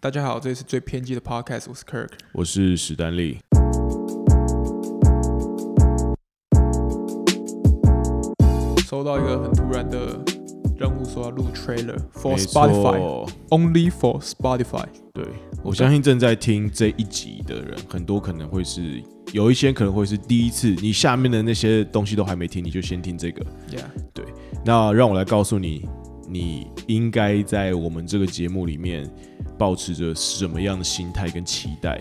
大家好，这里是最偏激的 Podcast，我是 Kirk。我是史丹利。收到一个很突然的任务，说要录 trailer for 没 Spotify，only for 错 Spotify。对，我相信正在听这一集的人，很多可能会是有一些可能会是第一次，你下面的那些东西都还没听，你就先听这个。 Yeah，那让我来告诉你，你应该在我们这个节目里面保持着什么样的心态跟期待。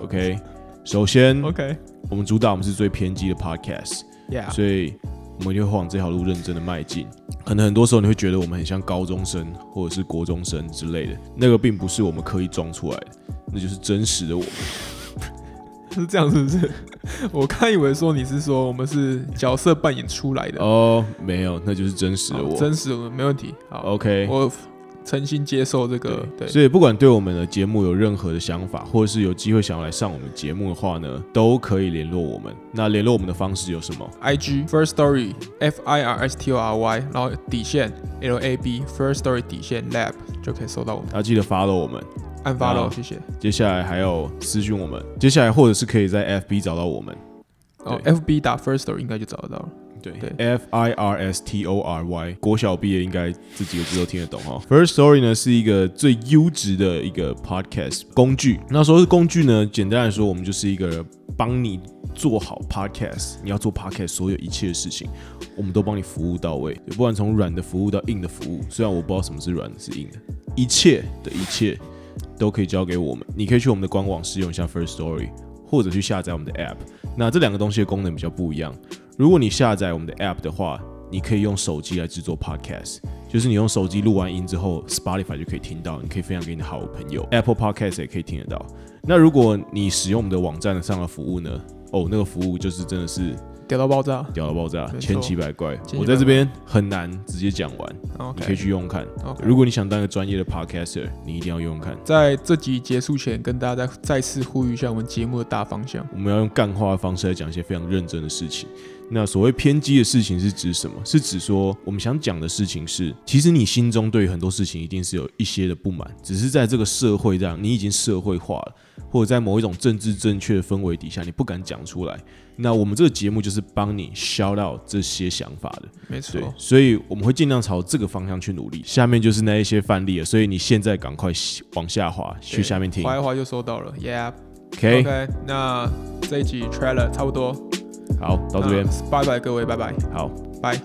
OK，首先 OK，Yeah，、我们主打我们是最偏激的 Podcast。所啊以我们就会往这条路认真的迈进。可能很多时候你会觉得我们很像高中生或者是国中生之类的，那个并不是我们刻意装出来的，那就是真实的我们。是这样是不是？ 我刚以为说你是说我们是角色扮演出来的，哦，没有，那就是真实好的我。哦真实的没问题。好 OK，我诚心接受这个，对，所以不管对我们的节目有任何的想法，或者是有机会想要来上我们节目的话呢，都可以联络我们。那联络我们的方式有什么？ I G First Story F I R S T O R Y，然后底线 L A B First Story 底线 Lab 就可以收到我们要记得 follow 我们，按 follow，、好谢谢。接下来还有私讯我们，接下来或者是可以在 FB 找到我们。哦对，F B 打 First Story 应该就找得到了。对对，F I R S T O R Y，国小毕业应该这几个字都听得懂哦哈。First Story 呢是一个最优质的一个 podcast 工具。那所谓的工具呢，简单来说，我们就是一个帮你做好 podcast，你要做 podcast 所有一切的事情，我们都帮你服务到位。对不管从软的服务到硬的服务，虽然我不知道什么是软的，是硬的，一切的一切都可以交给我们。你可以去我们的官网试用一下 First Story，或者去下载我们的 app。那这两个东西的功能比较不一样。如果你下载我们的 App 的话，你可以用手机来制作 Podcast，就是你用手机录完音之后，Spotify 就可以听到，你可以分享给你的好朋友，Apple Podcast 也可以听得到。那如果你使用我们的网站上的服务呢？哦，那个服务就是真的是屌到爆炸。屌到爆炸，没错千奇百怪。奇百怪我在这边很难直接讲完，你可 OK，以去用用看。 OK 如果你想当一个专业的 Podcaster，你一定要用用看。在这集结束前，跟大家再再次呼吁一下我们节目的大方向。我们要用干话的方式来讲一些非常认真的事情。那所谓偏激的事情是指什么？是指说我们想讲的事情是，其实你心中对于很多事情一定是有一些的不满，只是在这个社会这样，你已经社会化了，或者在某一种政治正确的氛围底下，你不敢讲出来。那我们这个节目就是帮你 shout out 这些想法的。没对错，，所以我们会尽量朝这个方向去努力。下面就是那一些范例了，所以你现在赶快往下滑去对下面听。划一划就收到了。Yeah。 OK，, OK，那这一集 trailer 差不多好，到这边，那拜拜各位，拜拜。好，拜。